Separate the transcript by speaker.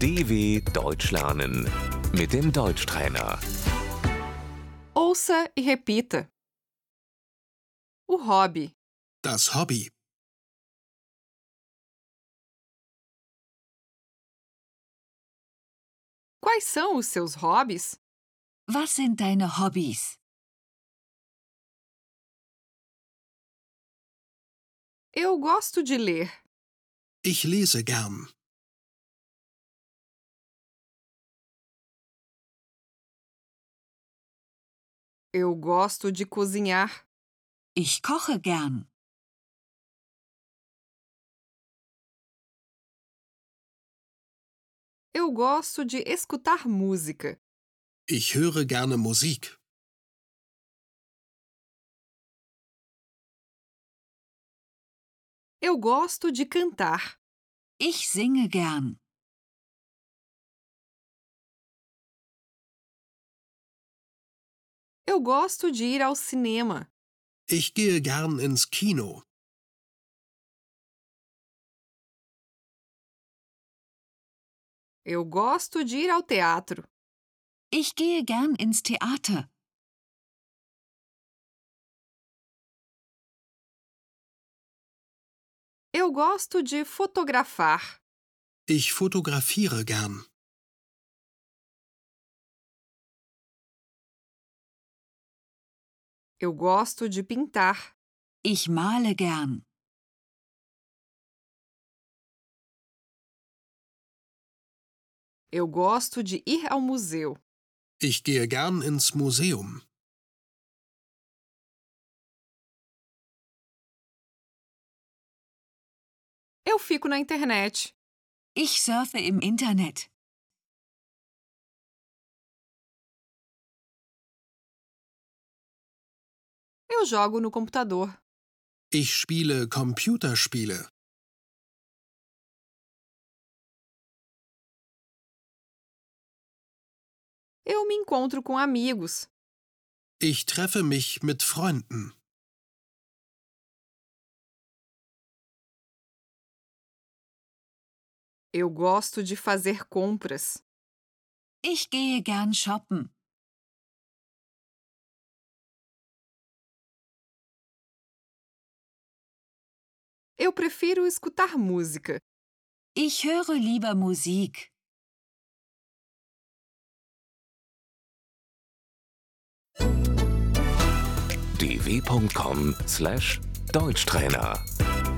Speaker 1: DW Deutsch lernen mit dem Deutschtrainer.
Speaker 2: Ouça e repita. O hobby,
Speaker 3: Das Hobby.
Speaker 2: quais são os seus hobbies?
Speaker 4: Was sind deine Hobbys?
Speaker 2: Eu gosto de ler.
Speaker 3: Ich lese gern.
Speaker 2: Eu gosto de cozinhar.
Speaker 4: Ich koche gern.
Speaker 2: Eu gosto de escutar música.
Speaker 3: Ich höre gerne Musik.
Speaker 2: Eu gosto de cantar.
Speaker 4: Ich singe gern.
Speaker 2: Eu gosto de ir ao cinema.
Speaker 3: Ich gehe gern ins Kino.
Speaker 2: Eu gosto de ir ao teatro.
Speaker 4: Ich gehe gern ins Theater.
Speaker 2: Eu gosto de fotografar.
Speaker 3: Ich fotografiere gern.
Speaker 2: Eu gosto de pintar.
Speaker 4: Ich male gern.
Speaker 2: Eu gosto de ir ao museu.
Speaker 3: Ich gehe gern ins Museum.
Speaker 2: Eu fico na internet.
Speaker 4: Ich surfe im Internet.
Speaker 2: Eu jogo no computador.
Speaker 3: Ich spiele Computerspiele.
Speaker 2: Eu me encontro com amigos.
Speaker 3: Ich treffe mich mit Freunden.
Speaker 2: Eu gosto de fazer compras.
Speaker 4: Ich gehe gern shoppen.
Speaker 2: Eu prefiro escutar música.
Speaker 4: Ich höre lieber Musik.
Speaker 1: dw.com/deutschtrainer